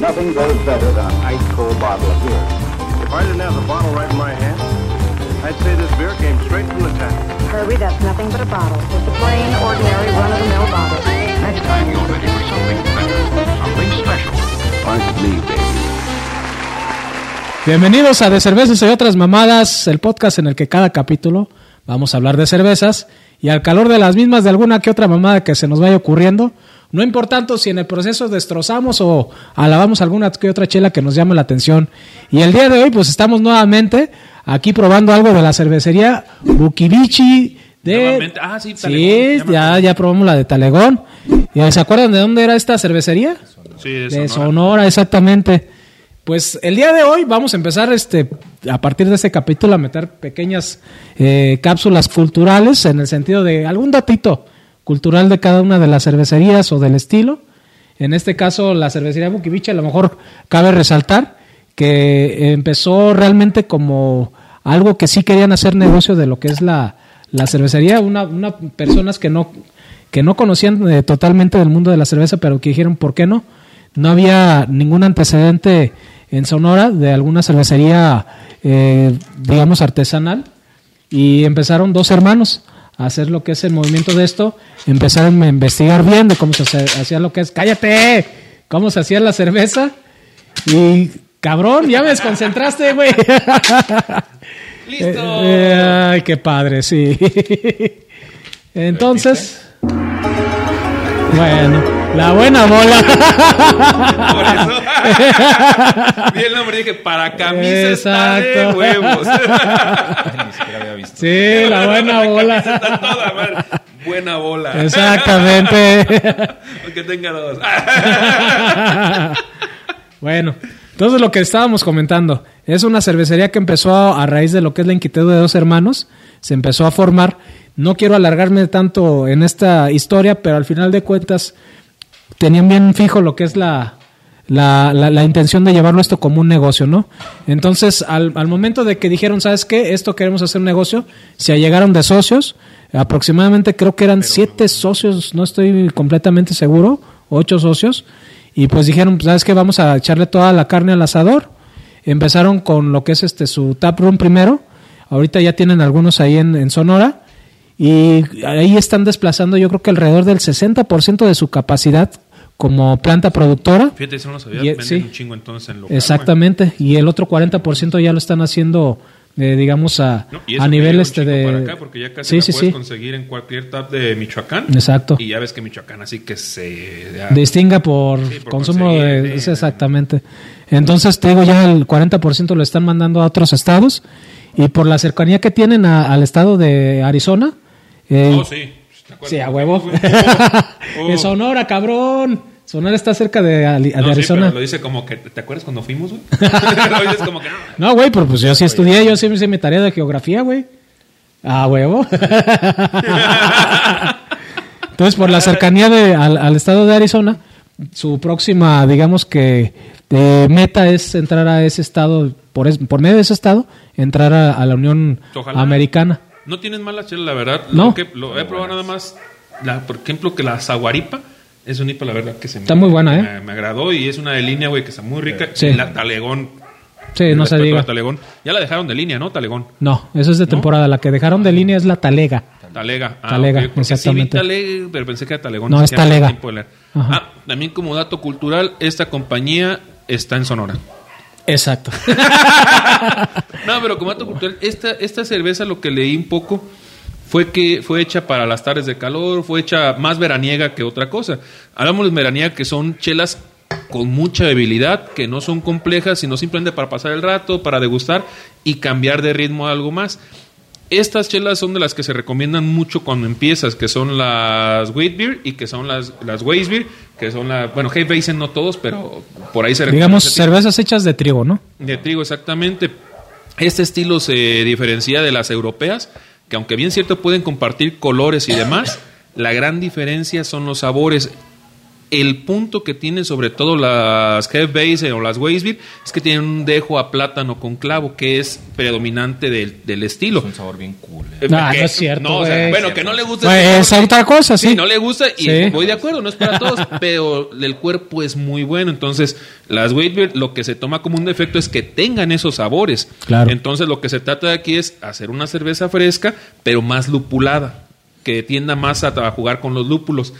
Nothing goes better than an ice cold bottle of beer. If I didn't have the bottle right in my hand, I'd say this beer came straight from the tap. Herbie, that's nothing but a bottle. It's a plain, ordinary, run-of-the-mill bottle. Next time you're ready for something better, something special. Aren't me, baby. Bienvenidos a De Cervezas y otras mamadas, el podcast en el que cada capítulo vamos a hablar de cervezas y al calor de las mismas de alguna que otra mamada que se nos vaya ocurriendo. No importa tanto si en el proceso destrozamos o alabamos alguna que otra chela que nos llame la atención. Y el día de hoy pues estamos nuevamente aquí probando algo de la cervecería Bukibichi de... Nuevamente. Ah, sí, Sí, Talegón, ya me ya, acuerdo. ya probamos la de Talegón. ¿Y se acuerdan de dónde era esta cervecería? Sí, de De Sonora. Sonora, exactamente. Pues el día de hoy vamos a empezar este a partir de este capítulo a meter pequeñas eh, cápsulas culturales en el sentido de algún datito cultural de cada una de las cervecerías o del estilo. En este caso, la cervecería Bukibiche, a lo mejor cabe resaltar que empezó realmente como algo que sí querían hacer negocio de lo que es la, la cervecería. Una, una personas que no, que no conocían eh, totalmente del mundo de la cerveza, pero que dijeron, ¿por qué no? No había ningún antecedente en Sonora de alguna cervecería, eh, digamos, artesanal. Y empezaron dos hermanos a hacer lo que es el movimiento de esto. Empezaron a investigar bien de cómo se hace- hacía lo que es... ¡Cállate! ¿Cómo se hacía la cerveza? Y... Cabrón, ya me desconcentraste, güey. ¡Listo! Eh, eh, ay, qué padre, sí. Entonces. Bueno, la buena bola. Por eso. Vi el nombre y dije, para camisa está de Exacto. huevos. Ni siquiera había visto. Sí, la buena Camisa está bola. toda madre. Buena bola. Exactamente. Aunque tenga dos. bueno, entonces lo que estábamos comentando es una cervecería que empezó a, a raíz de lo que es la inquietud de dos hermanos, se empezó a formar. No quiero alargarme tanto en esta historia, pero al final de cuentas tenían bien fijo lo que es la, la, la- la intención de llevarlo esto como un negocio, ¿no? Entonces, al, al momento de que dijeron, ¿sabes qué? Esto queremos hacer un negocio, se allegaron de socios, aproximadamente creo que eran siete socios, no estoy completamente seguro, ocho socios, y pues dijeron, ¿sabes qué? Vamos a echarle toda la carne al asador. Empezaron con lo que es este su tap room primero, ahorita ya tienen algunos ahí en, en Sonora, y ahí están desplazando yo creo que alrededor del 60% de su capacidad como planta productora. Fíjate, eso no lo sabía. Y- eh, Venden sí. un chingo entonces en local. Exactamente, y el otro 40% ya lo están haciendo, eh, digamos, a, güey. No, y eso a que nivel llega un este chingo de... Para acá porque ya casi la sí, sí, puedes sí, conseguir en cualquier tab de Michoacán. exacto. este Y ya ves que Michoacán así que se... Distinga por, Sí, por consumo conseguir, eh, de... sí, es no, no. exactamente. Entonces, te digo, ya el 40% lo están mandando a otros estados y por la cercanía que tienen a- al estado de Arizona. eh, Oh, sí. ¿Te acuerdas? Sí, a huevo. Oh, oh. En Sonora, cabrón. Sonora está cerca de, Ali- de Uh. No, sí, Arizona. pero lo dice como que... ¿Te acuerdas cuando fuimos, güey? lo dices como que "Ah, no. No, güey, pero pues yo sí estudié, yo siempre hice mi tarea de geografía, güey. Ah, huevo. Entonces, por la cercanía de, al, al estado de Arizona, su próxima, digamos que, eh, meta es entrar a ese estado, por, es- por medio de ese estado, entrar a, a la Unión Ojalá. Americana. No tienen mala chela, la verdad. No. Lo, que, lo he probado nada más. La, por ejemplo, que la zaguaripa es un hipa, la verdad, que se me- Está muy buena, ¿eh? Me, me agradó y es una de línea, güey, que está muy rica. Sí. Y La talegón. Sí, el no se respeto a diga. la talegón. Ya la dejaron de línea, ¿no? Talegón. No, eso es de temporada. La que dejaron de Ah. línea es la Talega. Talega. Ah, Talega, ok, porque sí vi exactamente. Talega, pero pensé que era talegón. No, así es que ya me dio Talega. tiempo de leer. Ajá. Ah, también como dato cultural, esta compañía está en Sonora. Exacto. No, pero como dato cultural, esta, esta cerveza lo que leí un poco fue que fue hecha para las tardes de calor, fue hecha más veraniega que otra cosa. Hablamos de veraniega que son chelas con mucha debilidad, que no son complejas, sino simplemente para pasar el rato, para degustar y cambiar de ritmo a algo más. Estas chelas son de las que se recomiendan mucho cuando empiezas, que son las Wheat Beer y que son las, las Weiss Beer, que son las, bueno, Hefeweizen no todos, pero por ahí se recomienda Digamos, ese tipo. cervezas hechas de trigo, ¿no? De trigo, exactamente. Este estilo se diferencia de las europeas, que aunque bien cierto pueden compartir colores y demás, la gran diferencia son los sabores. el punto que tienen sobre todo las Hefeweizen o las Weissbier es que tienen un dejo a plátano con clavo que es predominante del, del estilo. Es un sabor bien cool. eh. Eh, No, que- Ah, no es cierto, no, o sea, güey. bueno, que no le gusta. Pues, ese es sabor, otra cosa, sí. no le gusta y Sí. voy de acuerdo, no es para todos, pero el cuerpo es muy bueno. Entonces, las Weissbier lo que se toma como un defecto es que tengan esos sabores. Claro. Entonces, lo que se trata de aquí es hacer una cerveza fresca, pero más lupulada, que tienda más a, a jugar con los lúpulos.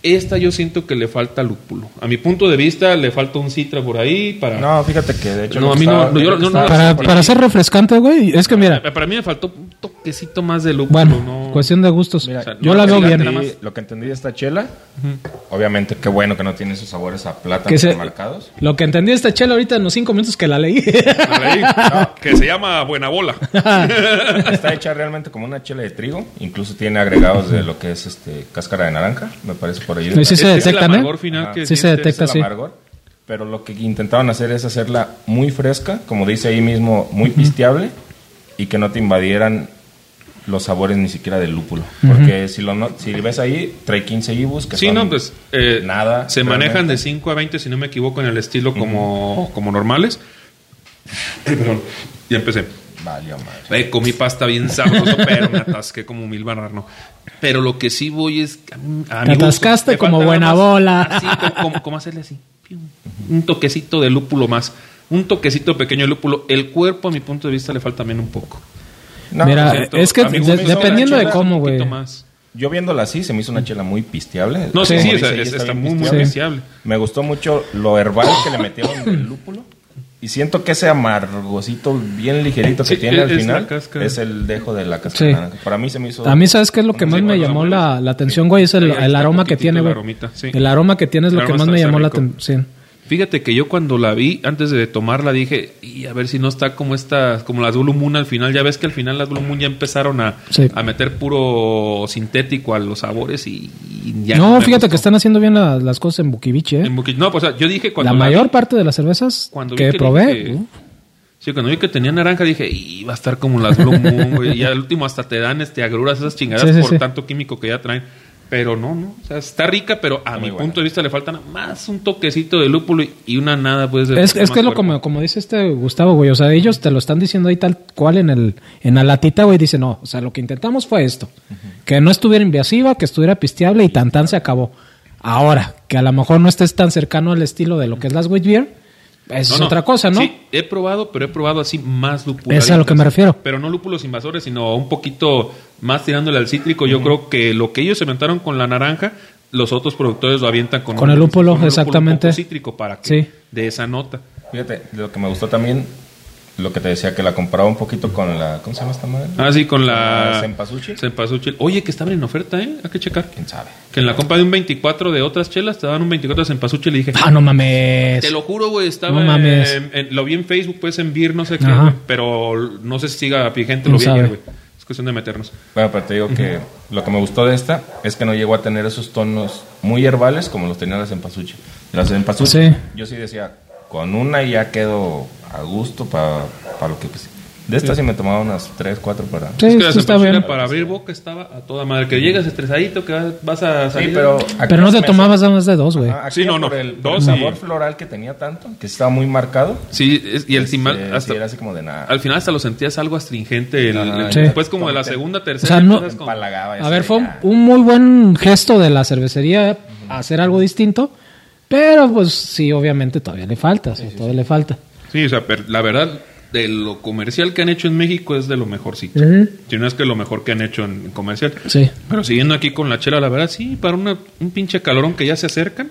Esta yo siento que le falta lúpulo. A mi punto de vista, le falta un citra por ahí para... No, fíjate que de hecho. No, lo a que mí no- estaba- no, yo lo que no- no- estaba- Para, por para aquí. ser refrescante, güey. Es que mira, Para mí me faltó un toquecito más de lúpulo. bueno, no- cuestión de gustos. Mira, o sea, Yo no la te veo digan bien. nada más. entendí- Lo que entendí de esta chela, obviamente, qué bueno que no tiene esos sabores a plátano Que se- marcados. lo que entendí de esta chela ahorita en los cinco minutos que la leí. Ahí, Que se llama Buena Bola. Está hecha realmente como una chela de trigo, incluso tiene agregados de lo que es este cáscara de naranja, me parece por ahí. Sí, sí, Ese se es el detectan, amargor ¿eh? final Ajá. que Sí se sientes. detecta. es el sí. amargor, pero lo que intentaban hacer es hacerla muy fresca, como dice ahí mismo, muy pisteable y que no te invadieran los sabores ni siquiera del lúpulo, porque si lo no- si ves ahí trae 15 ibus que Sí, son no, pues eh, nada. se manejan realmente. de 5 a 20, si no me equivoco, en el estilo como, como normales. Ay, perdón, ya empecé. Valió madre. Eh, comí pasta bien sabroso, pero me atasqué como un mil barrano. Pero lo que sí voy es... a mí- a Te mi gusto, atascaste me como falta buena nada más bola. Así, como, como- como hacerle así. pium, Un toquecito de lúpulo más. Un toquecito pequeño de lúpulo. El cuerpo, a mi punto de vista, le falta también un poco. No, Mira, lo siento, Ah, es que a mí de- se me hizo dependiendo una de chela- cómo, Un poquito güey. más. Yo viéndola así se me hizo una chela muy pisteable. No, sí, Como sí, dice, o sea, ella es- está bien muy, muy pisteable. apreciable. Me gustó mucho lo herbal que le metieron del lúpulo. Y siento que ese amargosito bien ligerito que Sí, tiene es- al es la final cáscara. es el dejo de la cáscara. Sí. de naranja. Para mí se me hizo. A mí, ¿sabes qué es lo que Sí, más con me los llamó sabores. la, la atención, güey? Es el, Ahí está el aroma que poquitito tiene, el güey. aromita, sí. El aroma que tiene es El lo que aroma más está- me está llamó la rico. atención. Fíjate que yo cuando la vi, antes de tomarla, dije, y a ver si no está como estas, como las Blue Moon al final. Ya ves que al final las Blue Moon ya empezaron a, Sí. a meter puro sintético a los sabores y, y ya. no, me fíjate que gustó. están haciendo bien la- las cosas en Bukiviche, En ¿eh? Buki- No, pues o sea, yo dije cuando. La vi- mayor parte de las cervezas cuando vi que que probé. dije- uh, Sí, cuando vi que tenía naranja dije, y va a estar como las Blue Moon, güey. Y al último hasta te dan este agruras, esas chingadas Sí, sí, por sí. tanto químico que ya traen. Pero no, no. O sea, está rica, pero a mi Muy buena. punto de vista le faltan más un toquecito de lúpulo y, y una nada, pues. de- Es, es más que es lo cuerpo. como, como dice este Gustavo, güey. O sea, ellos te lo están diciendo ahí tal cual en el en la latita, güey. Dice, no, o sea, lo que intentamos fue esto. Que no estuviera invasiva, que estuviera pisteable y tan tan se acabó. Ahora, que a lo mejor no estés tan cercano al estilo de lo que es las White Beer, es No, no. otra cosa, ¿no? Sí, he probado, pero he probado así más lúpulo. Es a lo que me refiero. Pero no lúpulos invasores, sino un poquito más tirándole al cítrico. Yo creo que lo que ellos inventaron con la naranja, los otros productores lo avientan con, Con un- el lúpulo, un exactamente. un poco cítrico para que Sí. de esa nota. Fíjate, lo que me gustó también, lo que te decía, que la comparaba un poquito con la. ¿Cómo se llama esta madre? Ah, sí, con la... Ah, cempasúchil. Cempasúchil. Oye, que estaban en oferta, ¿eh? Hay que checar. ¿Quién sabe? Que en la compra de un 24 de otras chelas te daban un 24 de cempasúchil y dije... Ah, no mames. Te lo juro, güey, estaba No mames. en- en- lo vi en Facebook, pues en Vir, no sé qué, Ajá. güey, pero no sé si siga vigente, lo No vi ayer, sabe. güey. Es cuestión de meternos. Bueno, pero te digo que lo que me gustó de esta es que no llegó a tener esos tonos muy herbales como los tenían las empasuche. Las empasuche, Sí. yo sí decía, con una ya quedo a gusto para lo que... pues, de esta sí. me tomaba unas 3, 4 para... Sí, Es que sí la está cempasúchil bien. para abrir boca estaba a toda madre. Que llegas estresadito, que vas, vas a salir. Sí, pero... Pero no te aquellas tomabas nada más de dos, güey. Ajá, aquella Sí, no, no, ah, Por el, por dos el sabor y- floral que tenía tanto, que estaba muy marcado. Sí, es- y el este, timal, sí, hasta, era así como de nada. al final hasta lo sentías algo astringente. el- Ajá, el- sí. Después como de la segunda, tercera. O sea, no- empiezas como- Empalagaba, Ah, ya A se ver, uh. fue un, veía. un muy buen gesto de la cervecería hacer algo distinto, pero pues sí, obviamente todavía le falta, o sea, todavía le falta. Sí, o sea, pero la verdad, de lo comercial que han hecho en México es de lo mejorcito. Ujú. Si no es que lo mejor que han hecho en, en comercial. Sí. Pero siguiendo aquí con la chela, la verdad, sí, para una- un pinche calorón que ya se acercan.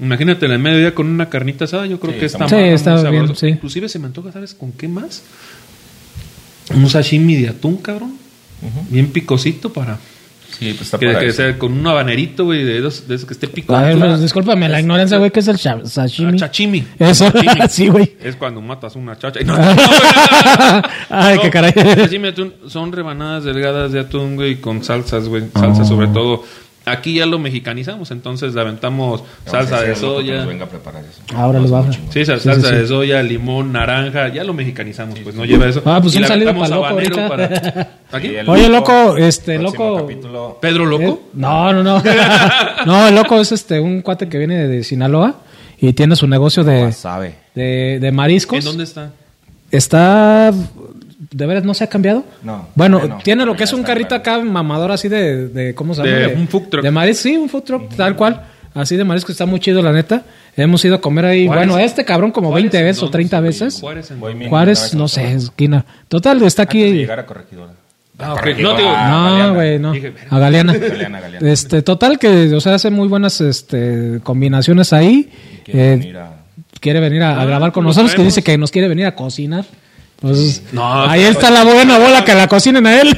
Imagínate en el mediodía con una carnita asada, yo creo Sí, que está está muy- Sí, muy está sabroso. bien, sí. Inclusive se me antoja, ¿sabes con qué más? Un sashimi de atún, cabrón. Bien picosito para... Sí, pues está que, para que eso. sea con un habanerito, güey, de esos, de esos que esté A picado. ver, pues, discúlpame la ignorancia, güey, que es el cha- Ah, sashimi. chachimi. Eso, Chachimi. sí, güey. Es cuando matas una chacha. No, no, güey. Ay, qué caray. Oh. sashimi de atún son rebanadas delgadas de atún, güey, con salsas, güey. Salsas sobre todo Aquí ya lo mexicanizamos, entonces le aventamos Vamos a salsa de hacer algo que soya. nos venga a preparar eso. Ahora No, los es vamos muy a- chingón. Sí, sal- Sí, sí, salsa sí. de soya, limón, naranja, ya lo mexicanizamos, pues no lleva eso. Ah, pues Y un le saludo aventamos pa' loco habanero ahorita. para- ¿A quién? Sí, el Oye, loco, este, próximo loco. capítulo, ¿Pedro Loco? Eh, No, no, no. no, el loco es este un cuate que viene de Sinaloa y tiene su negocio Pues, de, Wasabe. de, de mariscos. ¿En dónde está? Está. De veras, no se ha cambiado. No, Bueno, todavía no, tiene lo pero que es ya un está carrito acá, mamador así de, de- ¿Cómo se llama? De un food truck. De marisco, sí, un food truck, tal cual. Así de marisco, está muy chido, la neta. Hemos ido a comer ahí. Juárez. Bueno, este cabrón como ¿Juárez? 20 veces o ¿Dónde 30 está? veces. Juárez, en- Voy mi- una Juárez, vez no a sé, Corregidora. esquina. Total, está Antes de aquí. llegar a corregidora. Ah, A ok. Corregidora. No, te digo- a Galeana. No, güey, no. Dije, verga. A Galeana. Galeana, Galeana. Este, total que, o sea, hace muy buenas este, combinaciones ahí. Quiero Eh, venir a- quiere venir a, a Ah, grabar con pues nosotros, que vemos. dice que nos quiere venir a cocinar. Pues, No, ahí pero- está la buena bola que la cocinen a él.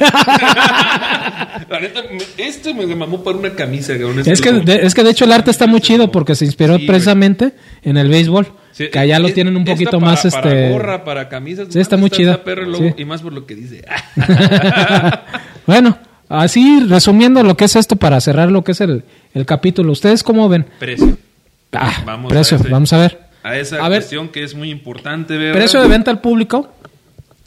La neta, me- este me mamó para una camisa, cabrón. este es, que, de, es que de hecho el arte está muy chido porque se inspiró Sí, güey. precisamente en el béisbol. Sí, que allá lo es- tienen un esta poquito para- más para este. gorra, para camisas. Sí, está mames, muy chida. perra el logo, Sí. Y más por lo que dice. bueno, así resumiendo lo que es esto para cerrar lo que es el, el capítulo. ¿Ustedes cómo ven? Precio. Ah, Vamos precio, a ese- vamos a ver. A esa A ver. cuestión que es muy importante, ¿verdad? Precio de venta al público,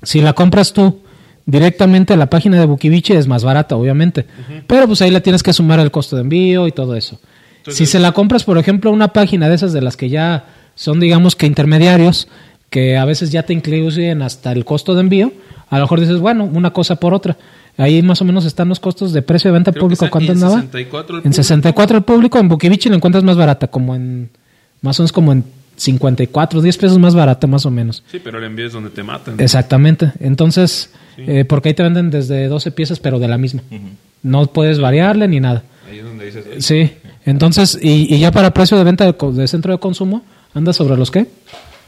si la compras tú directamente a la página de Bukiviche es más barata, obviamente. Pero pues ahí le tienes que sumar el costo de envío y todo eso. si se la compras, por ejemplo, a una página de esas de las que ya son, digamos, que intermediarios, que a veces ya te incluyen hasta el costo de envío, a lo mejor dices, bueno, una cosa por otra. Ahí más o menos están los costos de precio de venta al Creo que público. está ¿Cuánto en andaba? 64 el en público. 64 el público, en Bukivichi lo encuentras más barata, como en, más o menos como en 54, 10 pesos más barata más o menos. Sí, pero el envío es donde te matan. Exactamente. Entonces, eh, porque ahí te venden desde 12 piezas, pero de la misma. No puedes variarle ni nada. Ahí es donde dices. "Ey". Sí. Entonces, y, y ya para precio de venta de, co- de centro de consumo, anda sobre los qué?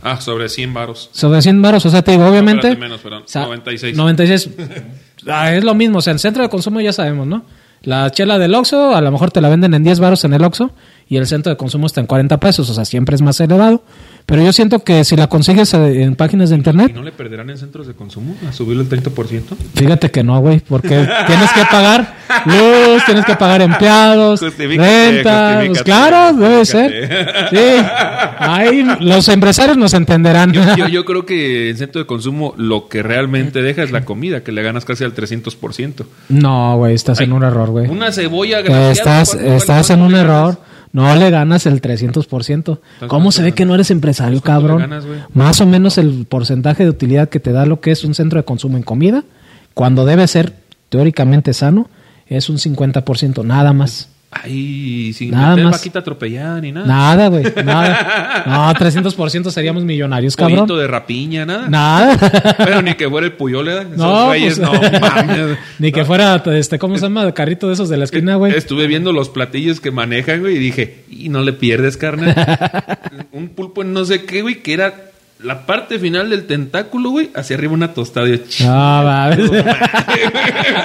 Ah, sobre 100 varos. Sobre 100 baros. O sea, te digo, obviamente. espérate, menos, perdón. 96. 96. Ah, es lo mismo. O sea, el centro de consumo ya sabemos, ¿no? La chela del Oxxo, a lo mejor te la venden en 10 baros en el Oxxo y el centro de consumo está en 40 pesos. O sea, siempre es más elevado. Pero yo siento que si la consigues eh, en páginas de internet. ¿Y no le perderán en centros de consumo a subirlo el 30%? Fíjate que no, güey, porque tienes que pagar luz, tienes que pagar empleados, Justifícate, renta, pues justifícate, claro, debe ser. justifícate. Sí, ahí los empresarios nos entenderán. Yo, yo- yo creo que en centro de consumo lo que realmente deja es la comida, que le ganas casi al 300%. No, güey, estás en Ay, un error, güey. Una cebolla Que graseada, Estás, ¿cuánto vale? estás en ¿Cuánto un le ganas? error. No le ganas el 300%. ¿Cómo ¿cuánto se le ve que no eres empresario, ¿Cuánto pues, le cabrón? ganas, güey? Más o menos el porcentaje de utilidad que te da lo que es un centro de consumo en comida, cuando debe ser teóricamente sano, es un 50%, nada más. Ay, sin Nada meter más. vaquita atropellada ni nada. Nada, güey. Nada. No, 300% seríamos millonarios, Pollito cabrón. de rapiña, nada. Nada. Pero ni que fuera el Puyol, ¿eh? Esos No, güeyes, pues, no mames. Ni que fuera, este, ¿cómo se llama? Carrito de esos de la esquina, güey. Estuve viendo los platillos que manejan, güey, y dije, y no le pierdes, carne. un pulpo en no sé qué, güey, que era la parte final del tentáculo, güey, hacia arriba una tostada. Y, yo, "Ch- No, mames.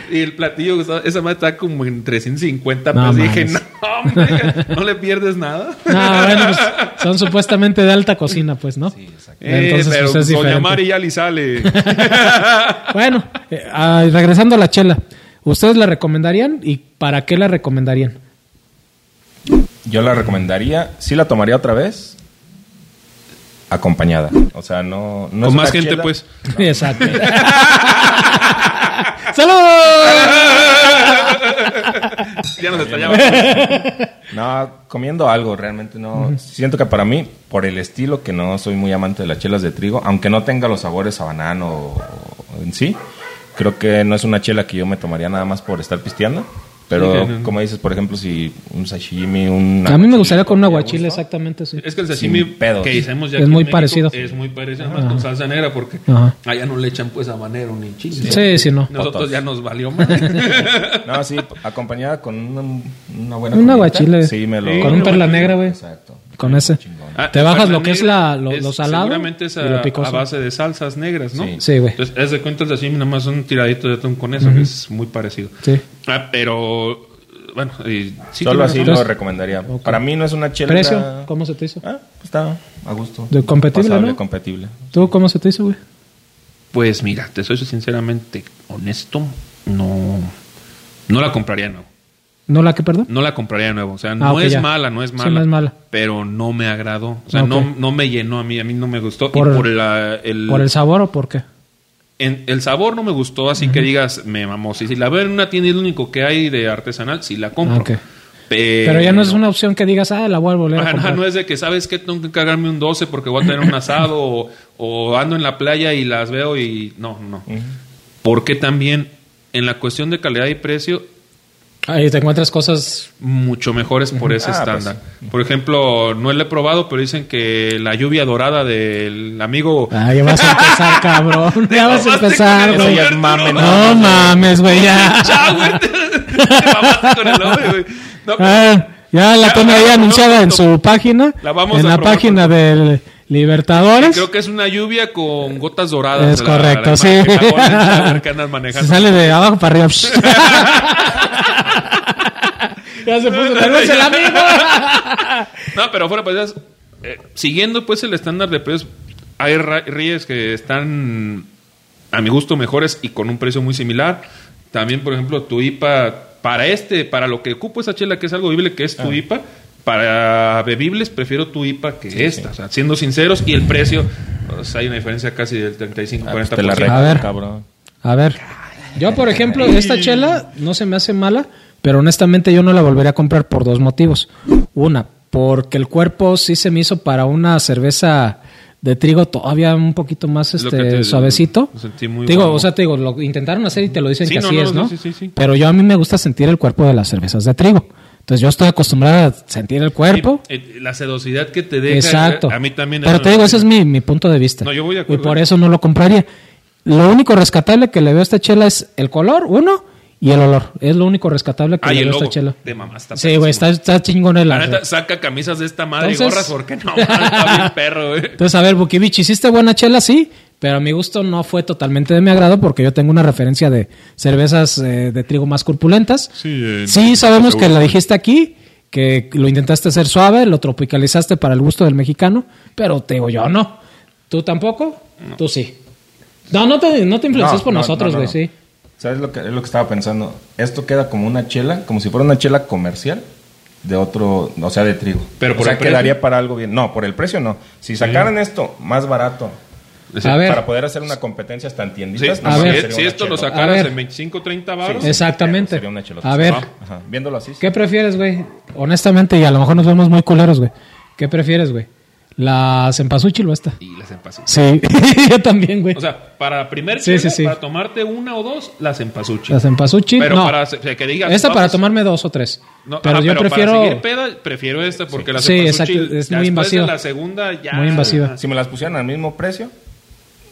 y el platillo, o sea, esa madre estaba como en 350 No pesos. Y dije, no, mames. hombre, no le pierdes nada. No, bueno, pues, son supuestamente de alta cocina, pues, ¿no? Sí, exacto. Eh, Entonces, pero pues, es Doña diferente. Mari ya le sale. Bueno, eh, ah, regresando a la chela. ¿Ustedes la recomendarían y para qué la recomendarían? Yo la recomendaría, sí la tomaría otra vez, acompañada. O sea, no... no es Con más una gente, chela. pues. Exacto. ¡Salud! ya nos está llamando. No, comiendo algo, realmente no. Siento que para mí, por el estilo, que no soy muy amante de las chelas de trigo, aunque no tenga los sabores a banano o- o en sí, creo que no es una chela que yo me tomaría nada más por estar pisteando. Pero, Sí, no, no. como dices, por ejemplo, si un sashimi, un... A mí me gustaría con un aguachile, guachile exactamente, sí. Es que el sashimi Sin pedos. que hicimos ya Es aquí en muy México parecido. Es muy parecido, además con salsa negra, porque Ajá. allá no le echan pues habanero ni chile. Sí, sí, no. Nosotros Potos. ya nos valió más. No, sí, acompañada con una, una buena... Un comidita. aguachile. Sí, me lo... Con un perla negra, güey. Exacto. Con ese. Chingón. Ah, Te bajas para lo que es la- lo- lo salado Seguramente es y a, lo picoso. a base de salsas negras, ¿no? Sí. Sí, güey. Entonces, haz de cuenta el sashimi, nada más un tiradito de atún con eso, que es muy parecido. Sí. Ah, pero, bueno, y- sí, Solo tienes así razón. lo recomendaría. Para mí no es una chela... ¿Precio? ¿Cómo se te hizo? Ah, pues está a gusto. De compatible, Pasable, ¿no? compatible. ¿Tú cómo se te hizo, güey? Pues mira, te soy sinceramente honesto, no, no la compraría, no. ¿No la que perdón? No la compraría de nuevo. O sea, no Ah, ok, es ya. mala, no es Sí, mala. no es mala. Ah, Pero no me agradó. O sea, Ok. no, no me llenó a mí. A mí no me gustó. Por- y por, la- el, ¿Por el sabor o por qué? en- el sabor no me gustó, así que digas, me mamó. Si, si la veo en una tienda y es lo único que hay de artesanal, sí la compro. Ok. Pero ya no es una opción que digas, ah, la voy a volver a Eh, Ajá, comprar. no es de que sabes que tengo que cagarme un 12 porque voy a tener un asado o, o ando en la playa y las veo y no, no. Porque también en la cuestión de calidad y precio, Ahí te encuentras cosas... mucho mejores por ese Ah, pues estándar. Por ejemplo, no lo he probado, pero dicen que la lluvia dorada del amigo. Ah, ya vas a empezar, cabrón. Ya vas a mamaste empezar, con güey. eso, Eso ya es mame, Arturo. ¿no? No mames, güey, ya. Chao, güey. Te mamaste con el hombre, güey. No, pero- Ah, ya la Ya, tiene ya, ahí ya, anunciada no, en no. su página. La vamos en a la probar. página del Libertadores. Creo que es una lluvia con gotas doradas. Es la- la- la correcto, sí. imagen que la ponen, a ver qué andan se manejando. sale de abajo para arriba. ya se puso nervioso el amigo. No, pero fuera pues, esas, eh, siguiendo pues el estándar de precios, hay ra- ríes que están a mi gusto mejores y con un precio muy similar. También, por ejemplo, tu IPA para este, para lo que ocupo esa chela que es algo bebible, que es Ah. tu IPA, para bebibles prefiero tu IPA que esta, o sea, siendo sinceros y el precio o sea, hay una diferencia casi del 35 Ah, 40%. pues te la A ver. regalo, cabrón. A ver, yo por ejemplo, esta chela no se me hace mala, pero honestamente yo no la volvería a comprar por dos motivos. Una, porque el cuerpo sí se me hizo para una cerveza de trigo todavía un poquito más Es lo este que te- suavecito. lo sentí muy digo, guango. o sea, te digo, lo intentaron hacer y te lo dicen Sí, que no, así no, es, no, ¿no? sí, sí, sí. Pero yo a mí me gusta sentir el cuerpo de las cervezas de trigo. Entonces yo estoy acostumbrado a sentir el cuerpo. Eh, La sedosidad que te deja. Exacto. A mí también. Pero eso te me- digo, ese es mi, mi punto de vista. No, yo voy de acuerdo. Y por eso no lo compraría. Lo único rescatable que le veo a esta chela es el color, uno, y el olor. Es lo único rescatable que Ah, y le el veo a esta logo. chela. De mamá está Sí, güey, está, perrísimo. está chingón el La arte. neta, saca camisas de esta madre y Entonces- gorras porque no, está bien perro, eh. güey. Entonces, a ver, Bukivich, hiciste buena chela, sí, pero a mi gusto no fue totalmente de mi agrado porque yo tengo una referencia de cervezas eh, de trigo más corpulentas. Sí, eh, Sí, sabemos que seguro. la dijiste aquí, que lo intentaste hacer suave, lo tropicalizaste para el gusto del mexicano, pero te digo yo, no. ¿Tú tampoco? Tú sí. No, no te, no te influencias por No, no, nosotros, no, güey, no, sí. no. ¿Sabes lo que, es lo que estaba pensando? Esto queda como una chela, como si fuera una chela comercial de otro, o sea, de trigo. Pero por o sea, el precio. quedaría para algo bien. No, por el precio no. Si sacaran esto más barato A ver. para poder hacer una competencia hasta en Sí, tienditas, no a si, mames, ver. sería si una esto lo chela. A sacaras ver. en 25, 30 Sí, baros. sí, Exactamente. Sería una chelota. A ver. Ajá, Viéndolo así. sí. ¿Qué prefieres, güey? Honestamente, y a lo mejor nos vemos muy culeros, güey. ¿Qué prefieres, güey? ¿La cempasúchil o esta? Y las empasuchas. Sí, yo también, güey. O sea, para la primer Sí, chela, sí, em- sí. para tomarte una o dos, las empasuchas. La cempasúchil, Pero no. para se- que digas, Esta para vamos- tomarme dos o tres. No, pero ajá, yo Para prefiero... seguir peda, prefiero esta porque las Sí, empasuchil, exacto, es ya muy después de invasiva. la segunda ya. Muy invasiva. Si me las pusieran al mismo precio,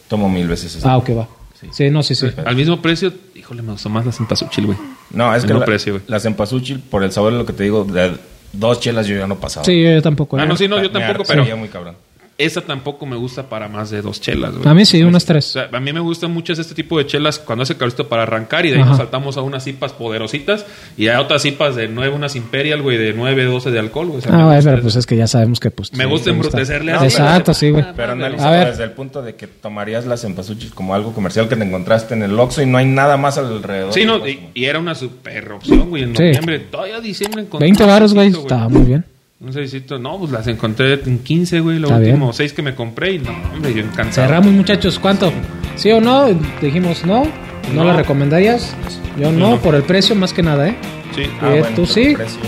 tomo mil veces eso. Ah, ok, va. Sí, no, sí, sí. Al mismo precio, híjole, me gustó más las empasuchil, güey. No, es que Mismo la, precio, güey. la cempasúchil, por el sabor de lo que te digo, de dos chelas yo ya no pasaba. Sí, yo, yo tampoco. ¿eh? Ah, güey. no, sí, no, yo Me tampoco, hartaría pero muy cabrón. esa tampoco me gusta para más de dos chelas, güey. A mí sí, unas O tres. sea, a mí me gustan mucho este tipo de chelas cuando hace calorcito para arrancar y de ahí Ajá. nos saltamos a unas cipas poderositas y a otras cipas de 9, unas Imperial, güey, de 9, 12 de alcohol, güey. O sea, Ah, me güey, gusta- pero pues es que ya sabemos que pues... Me sí, gusta te embrutecerle así. Exacto, sí, güey. Pero A analizado ver. desde el punto de que tomarías las cempasúchil como algo comercial que te encontraste en el Oxxo y no hay nada más alrededor. Sí, no, Pues, y, y era una super opción, güey, en Sí. noviembre, todavía diciembre. encontré 20 un baros, güey. seisito, Está muy bien. Un seisito, no, pues las encontré en 15, güey, los Está bien. últimos 6 que me compré y no, hombre, yo encantado. Cerramos, muchachos. ¿Cuánto? ¿Sí o no? Dijimos no. ¿No, No. la recomendarías? Yo no, no. por el precio más que nada, ¿eh? Sí, Ah, Eh, bueno, ¿tú pero sí? el precio-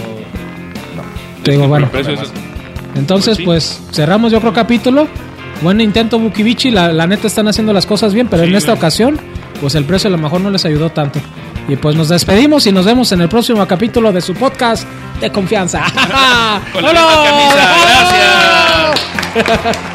Te digo, por bueno. el precio eso- Entonces, Pues pues cerramos yo creo capítulo. Buen intento, Bukivichi. La, la neta están haciendo las cosas bien, pero Sí, en esta güey. ocasión, pues el precio a lo mejor no les ayudó tanto. Y pues nos despedimos y nos vemos en el próximo capítulo de su podcast de confianza. Con la misma ¡Vámonos! camisa, gracias.